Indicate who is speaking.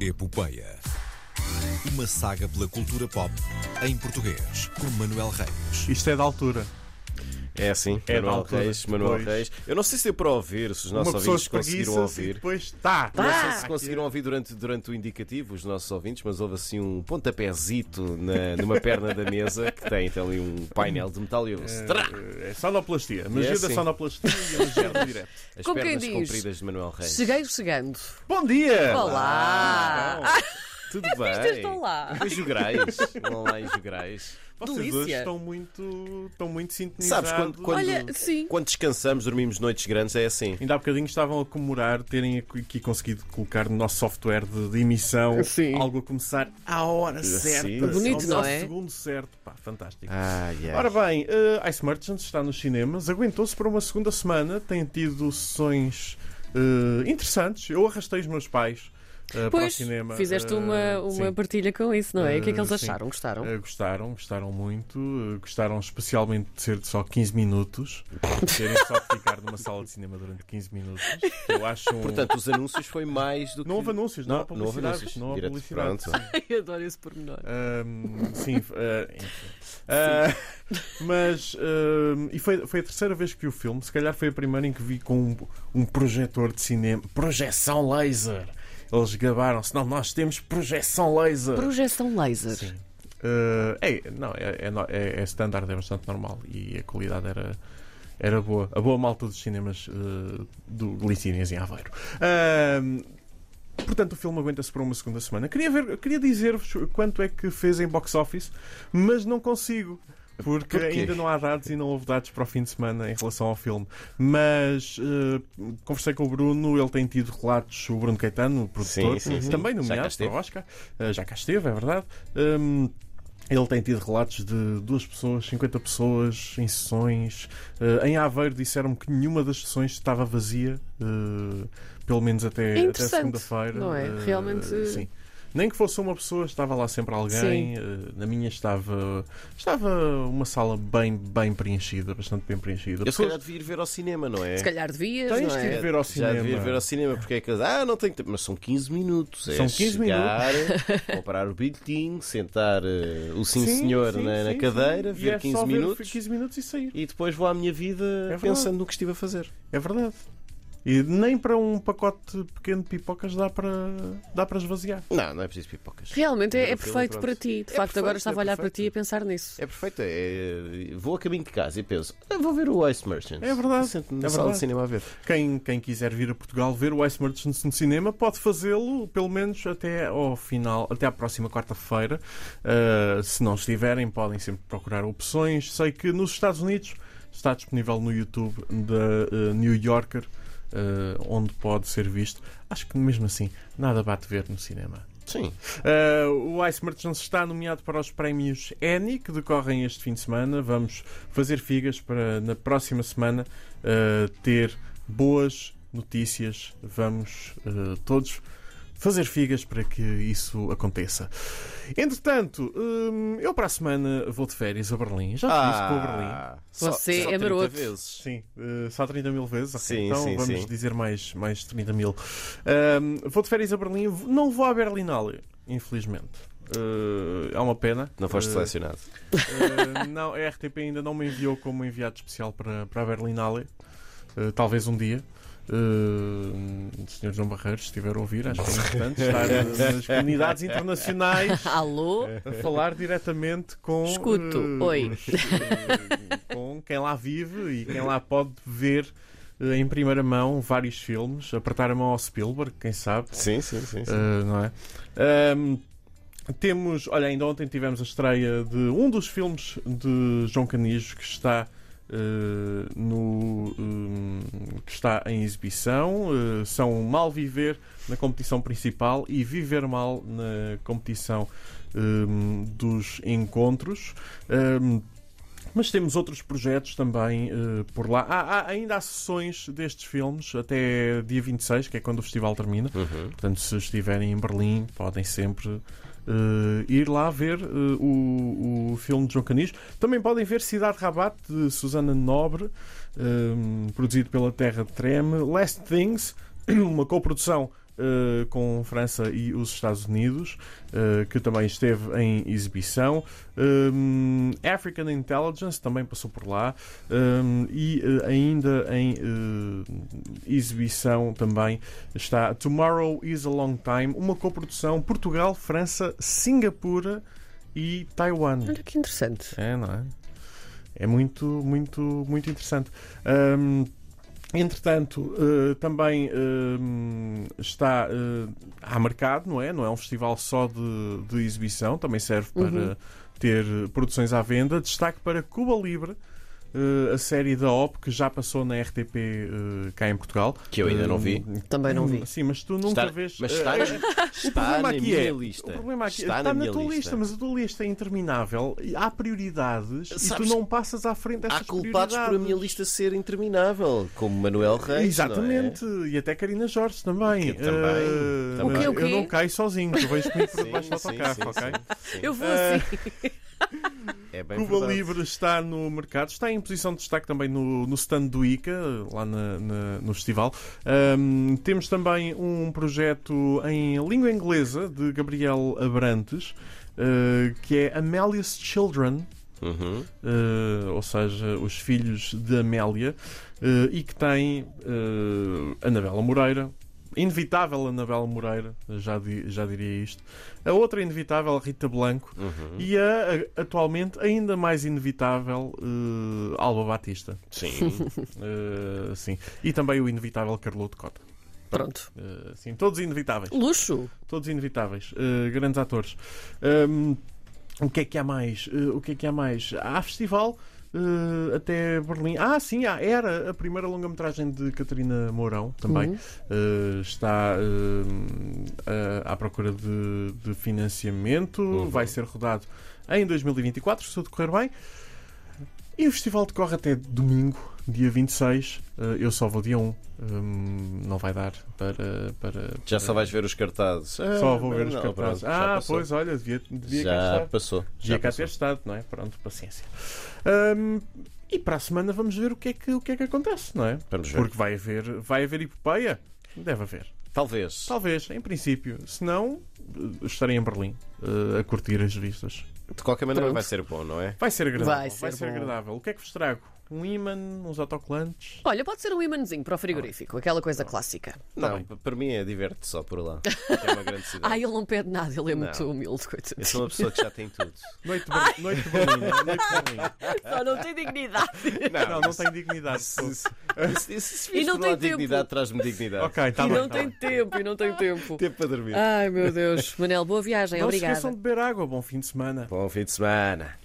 Speaker 1: Epopeia. Uma saga pela cultura pop em português, com Manuel Reis.
Speaker 2: Isto é da altura.
Speaker 3: É assim,
Speaker 2: É da
Speaker 3: Manuel
Speaker 2: altura,
Speaker 3: Reis, Manuel
Speaker 2: pois.
Speaker 3: Reis. Eu não sei se deu para ouvir, se os nossos
Speaker 2: Uma pessoa
Speaker 3: ouvintes conseguiram
Speaker 2: espreguiça e
Speaker 3: ouvir.
Speaker 2: depois tá.
Speaker 3: Não sei se conseguiram ouvir durante, durante o indicativo os nossos ouvintes, mas houve assim um pontapézito na- numa perna da mesa que tem então ali um painel de metal e eu. Strá!
Speaker 2: É, é sonoplastia. Magia
Speaker 3: É
Speaker 2: da
Speaker 3: assim.
Speaker 2: sonoplastia e a magia do direto.
Speaker 3: As
Speaker 4: Com quem
Speaker 3: pernas
Speaker 4: diz?
Speaker 3: compridas de Manuel Reis.
Speaker 4: Cheguei chegando.
Speaker 2: Bom dia!
Speaker 4: Olá!
Speaker 3: Ah. Tudo bem?
Speaker 4: Ah. Estas estão lá.
Speaker 3: Os Jograis. Vão lá em Jograis.
Speaker 2: Vocês
Speaker 4: Delícia.
Speaker 2: hoje estão muito, estão muito sintonizados.
Speaker 3: Sabes, quando, quando,
Speaker 4: Olha, sim.
Speaker 3: quando descansamos, dormimos noites grandes, é assim.
Speaker 2: Ainda há bocadinho estavam a comemorar terem aqui conseguido colocar no nosso software de, de emissão
Speaker 4: Sim.
Speaker 2: algo a começar à hora
Speaker 3: Sim. Ah,
Speaker 2: certa.
Speaker 4: Bonito,
Speaker 2: ao,
Speaker 4: não
Speaker 2: ao
Speaker 4: é?
Speaker 2: segundo certo. Pá, fantástico.
Speaker 3: Ai, ai.
Speaker 2: Ora bem, eh, Ice Merchant está nos cinemas, aguentou-se para uma segunda semana, tem tido sessões eh, interessantes. Eu arrastei os meus pais eh, para o
Speaker 4: Pois,
Speaker 2: cinema.
Speaker 4: fizeste
Speaker 2: Eh,
Speaker 4: uma, uma
Speaker 2: sim.
Speaker 4: partilha com isso, não é? o que é que eles
Speaker 2: Eh, sim.
Speaker 4: acharam? Gostaram?
Speaker 2: Eh, gostaram, gostaram muito. eh, gostaram especialmente de ser de só 15 minutos. Terem só de ficar numa sala de cinema durante 15 minutos. Eu acho um...
Speaker 3: Portanto, os anúncios foi mais do que.
Speaker 2: não houve anúncios, não, há
Speaker 3: não houve
Speaker 2: publicidade.
Speaker 3: anúncios.
Speaker 2: não há
Speaker 3: Direto,
Speaker 2: publicidade.
Speaker 3: pronto.
Speaker 4: Eu adoro esse pormenor.
Speaker 2: Ahm, sim, f- ah, enfim. Ah, mas ahm, e foi, foi a terceira vez que vi o filme, se calhar foi a primeira em que vi com um, um projetor de cinema, projeção laser. Eles gravaram-se, não, nós temos projeção laser.
Speaker 4: Projeção laser.
Speaker 2: Sim. Ah, é, não, é, é no- é, é standard, é bastante normal e a qualidade era, era boa. A boa malta dos cinemas ah, do Glicínias em Aveiro. Ahm, portanto, o filme aguenta-se por uma segunda semana. Queria, ver- queria dizer-vos quanto é que fez em box office, mas não consigo. Porque
Speaker 3: Porquê?
Speaker 2: ainda não há dados e não houve dados para o fim de semana em relação ao filme. Mas ah, conversei com o Bruno, ele tem tido relatos, o Bruno Caetano, o produtor,
Speaker 3: Sim, sim, sim.
Speaker 2: também
Speaker 3: Já cá
Speaker 2: nomeado para
Speaker 3: esteve.
Speaker 2: o Oscar, Ah, já cá esteve, é verdade. Hum, ele tem tido relatos de duas pessoas, 50 pessoas em sessões. Eh, em Aveiro disseram-me que nenhuma das sessões estava vazia, eh, pelo menos até,
Speaker 4: É
Speaker 2: até
Speaker 4: interessante,
Speaker 2: segunda-feira.
Speaker 4: não é?
Speaker 2: Eh,
Speaker 4: Realmente-
Speaker 2: Sim. Nem que fosse uma pessoa, estava lá sempre alguém. Eh, na minha estava, estava uma sala bem, bem preenchida, bastante bem preenchida.
Speaker 3: Eu se calhar devia ir ver ao cinema, não é?
Speaker 4: Se calhar devias,
Speaker 2: Tens
Speaker 4: não
Speaker 2: Então que ir
Speaker 4: é?
Speaker 2: ver ao
Speaker 3: Já devia ir
Speaker 2: cinema.
Speaker 3: ver ao cinema, porque é que. Ah, não tenho tempo. Mas são 15 minutos. É
Speaker 2: São 15
Speaker 3: chegar, comprar o bilhetinho, sentar eh, o sim, senhor
Speaker 2: sim,
Speaker 3: na, na
Speaker 2: sim,
Speaker 3: cadeira,
Speaker 2: sim. E
Speaker 3: ver
Speaker 2: é
Speaker 3: 15
Speaker 2: só
Speaker 3: minutos.
Speaker 2: Ver 15 minutos e sair.
Speaker 3: E depois vou à minha vida
Speaker 2: verdade.
Speaker 3: pensando no que estive a fazer.
Speaker 2: É verdade. E nem para um pacote pequeno de pipocas dá para, dá para esvaziar.
Speaker 3: Não, não é preciso pipocas.
Speaker 4: Realmente
Speaker 3: Ver
Speaker 4: é,
Speaker 3: o
Speaker 4: é
Speaker 3: filme,
Speaker 4: perfeito
Speaker 3: pronto.
Speaker 4: para ti. De
Speaker 3: É
Speaker 4: facto, agora
Speaker 3: perfeito,
Speaker 4: estava
Speaker 3: é
Speaker 4: a olhar para ti e a
Speaker 3: perfeito.
Speaker 4: pensar nisso.
Speaker 3: É perfeito. é- Vou a caminho de casa e penso, ah, vou ver o Ice Merchant.
Speaker 2: É verdade,
Speaker 3: Sento-me
Speaker 2: é
Speaker 3: na sala
Speaker 2: verdade.
Speaker 3: de cinema a ver.
Speaker 2: Quem, quem quiser vir a Portugal ver o Ice Merchants no cinema pode fazê-lo pelo menos até ao final, até à próxima quarta-feira. Ah, se não estiverem, podem sempre procurar opções. Sei que nos Estados Unidos está disponível no YouTube da ah, New Yorker, ah, onde pode ser visto. Acho que mesmo assim, nada bate ver no cinema.
Speaker 3: Sim.
Speaker 2: Uh, o Ice Merchants está nomeado para os prémios Emmy que decorrem este fim de semana. Vamos fazer figas para na próxima semana uh, ter boas notícias. Vamos uh, todos fazer figas para que isso aconteça. Entretanto, hum, eu para a semana vou de férias a Berlim. Já te disse que vou a Berlim.
Speaker 3: Ah, só-
Speaker 4: Você
Speaker 3: só
Speaker 4: é
Speaker 3: 30
Speaker 4: maroto.
Speaker 3: vezes.
Speaker 2: Sim, eh, só 30 mil vezes? Ok,
Speaker 3: Sim,
Speaker 2: então
Speaker 3: sim,
Speaker 2: vamos
Speaker 3: sim.
Speaker 2: dizer mais, mais 30 mil. Ahm, vou de férias a Berlim, V- não vou à Berlinale, infelizmente. Eh, é uma pena.
Speaker 3: Não foste
Speaker 2: Eh,
Speaker 3: selecionado.
Speaker 2: eh, não, a RTP ainda não me enviou como enviado especial para, para a Berlinale. Eh, talvez um dia. Eh, senhor João Barreiros, se estiver a ouvir, acho que é importante estar eh, nas comunidades internacionais
Speaker 4: Alô?
Speaker 2: a falar diretamente com.
Speaker 4: Escuto.
Speaker 2: eh,
Speaker 4: Oi.
Speaker 2: os, eh, com quem lá vive e quem lá pode ver eh, em primeira mão vários filmes, apertar a mão ao Spielberg, quem sabe.
Speaker 3: Sim, sim, sim. sim.
Speaker 2: eh, não é? Ahm, temos, olha, ainda ontem tivemos a estreia de um dos filmes de João Canijo que está eh, no hum, que está em exibição eh, são Mal Viver na competição principal e Viver Mal na competição hum, dos encontros. Hum, mas temos outros projetos também eh, por lá. Há, há ainda há sessões destes filmes até dia 26, que é quando o festival termina.
Speaker 3: Uhum.
Speaker 2: Portanto, se estiverem em Berlim, podem sempre eh, ir lá ver eh, o, o filme de João Canis. Também podem ver Cidade Rabat, de Susana Nobre, eh, produzido pela Terra de Treme. Last Things, uma coprodução eh, com França e os Estados Unidos, eh, que também esteve em exibição. Um, African Intelligence também passou por lá um, e eh, ainda em eh, exibição também está Tomorrow is a Long Time, uma coprodução Portugal, França, Singapura e Taiwan.
Speaker 4: Olha que interessante.
Speaker 2: É, não é? É muito, muito, muito interessante. Ahm, entretanto, eh, também ahm, está eh, há mercado, não é? Não é um festival só de, de exibição, também serve para
Speaker 4: Uhum.
Speaker 2: ter eh, produções à venda. Destaque para Cuba Libre. eh, a série da OP que já passou na RTP eh, cá em Portugal.
Speaker 3: Que eu ainda não
Speaker 2: Ahm,
Speaker 3: vi.
Speaker 4: Também não vi.
Speaker 2: Sim, mas tu nunca
Speaker 3: Está-
Speaker 2: vês.
Speaker 3: Mas
Speaker 2: eh,
Speaker 3: está,
Speaker 2: eh,
Speaker 3: está na
Speaker 2: problema aqui
Speaker 3: minha
Speaker 2: é-
Speaker 3: lista.
Speaker 2: o problema aqui
Speaker 3: está
Speaker 2: está, na,
Speaker 3: na minha
Speaker 2: tua lista.
Speaker 3: lista.
Speaker 2: mas a tua lista é interminável. E há prioridades
Speaker 3: Sabes-
Speaker 2: e tu não passas à frente dessas
Speaker 3: Há culpados por a minha lista ser interminável, como Manuel Reis. é?
Speaker 2: Exatamente, e até Karina Jorge também.
Speaker 3: Que também,
Speaker 2: Eh,
Speaker 3: também.
Speaker 4: O quê, o
Speaker 2: Eu
Speaker 4: quê?
Speaker 2: não caio sozinho, tu vens comigo
Speaker 3: Não
Speaker 2: por
Speaker 3: é?
Speaker 2: baixo do
Speaker 3: Sim, sim,
Speaker 2: autocarro,
Speaker 3: sim,
Speaker 2: ok?
Speaker 3: sim, sim.
Speaker 4: Eu vou assim.
Speaker 3: É bem
Speaker 2: Cuba
Speaker 3: verdade.
Speaker 2: Livre está no mercado, está em posição de destaque também no, no stand do ICA, lá na- na- no festival. Ahm, temos também um projeto em língua inglesa de Gabriel Abrantes, eh, que é Amelia's Children.
Speaker 3: Uhum.
Speaker 2: eh, ou seja, os filhos de Amélia, eh, e que tem eh, Anabela Moreira, inevitável Anabela Moreira, já, di- já diria isto, a outra inevitável Rita Blanco
Speaker 3: Uhum.
Speaker 2: e a, a- atualmente ainda mais inevitável eh, Alba Batista.
Speaker 3: Sim.
Speaker 2: Eh, sim. E também o inevitável Carloto Cota.
Speaker 4: Pronto.
Speaker 2: Eh, sim, todos inevitáveis
Speaker 4: Luxo.
Speaker 2: todos inevitáveis, eh, grandes atores. Ahm, o que é que há mais? Eh, o que é que há mais? Há festival eh, até Berlim. Ah, sim, há, era a primeira longa-metragem de Catarina Mourão também.
Speaker 4: Uhum.
Speaker 2: Eh, está eh, a- à procura de, de financiamento,
Speaker 3: Uhum.
Speaker 2: vai ser rodado em 2024, se tudo correr bem. E o festival decorre até domingo, dia 26. Eh, eu só vou dia 1. Ahm, não vai dar para. para
Speaker 3: Já só vais ver os cartazes. Ah,
Speaker 2: só vou ver os
Speaker 3: não,
Speaker 2: cartazes.
Speaker 3: pronto, já
Speaker 2: Ah,
Speaker 3: passou.
Speaker 2: pois, olha, devia, devia cá
Speaker 3: Já
Speaker 2: estar.
Speaker 3: passou.
Speaker 2: Devia
Speaker 3: Já
Speaker 2: cá
Speaker 3: passou.
Speaker 2: ter estado, não é? Pronto, paciência. Ahm, e para a semana vamos ver o que é que, o que, é que acontece, não é?
Speaker 3: Vamos ver.
Speaker 2: Porque vai haver, vai haver epopeia? Deve haver.
Speaker 3: Talvez.
Speaker 2: Talvez, em princípio. Se não, eh, estarei em Berlim eh, a curtir as vistas.
Speaker 3: De qualquer maneira
Speaker 4: Pronto.
Speaker 3: vai ser bom, não é?
Speaker 2: Vai ser agradável.
Speaker 4: Vai ser bom.
Speaker 2: agradável. O que é que vos trago? Um imã, uns autocolantes?
Speaker 4: Olha, pode ser um imãzinho para o frigorífico, aquela coisa clássica.
Speaker 2: Tá
Speaker 3: Não, para mim é diverte só por lá. É uma grande cidade.
Speaker 4: Ah, ele não pede nada, ele é
Speaker 3: Não.
Speaker 4: muito humilde,
Speaker 3: Eu sou
Speaker 4: coitadinho.
Speaker 3: uma pessoa que já tem tudo.
Speaker 2: Noite, de Ber- noite de Berlim. é? noite de Berlim.
Speaker 4: Só não tem dignidade.
Speaker 2: Não, não tem dignidade.
Speaker 3: Isso, isso, isso,
Speaker 4: E não tem tempo.
Speaker 3: dignidade traz-me dignidade.
Speaker 2: ok, está
Speaker 4: E
Speaker 2: bem.
Speaker 4: não
Speaker 2: tá
Speaker 4: tem
Speaker 2: bem.
Speaker 4: tempo, e não tem tempo.
Speaker 3: Tempo para
Speaker 4: Ah.
Speaker 3: dormir.
Speaker 4: Ai, meu Deus. Manel, boa viagem.
Speaker 2: Não se
Speaker 4: Obrigada.
Speaker 2: esqueçam de beber água. Bom fim de semana.
Speaker 3: Bom fim de semana.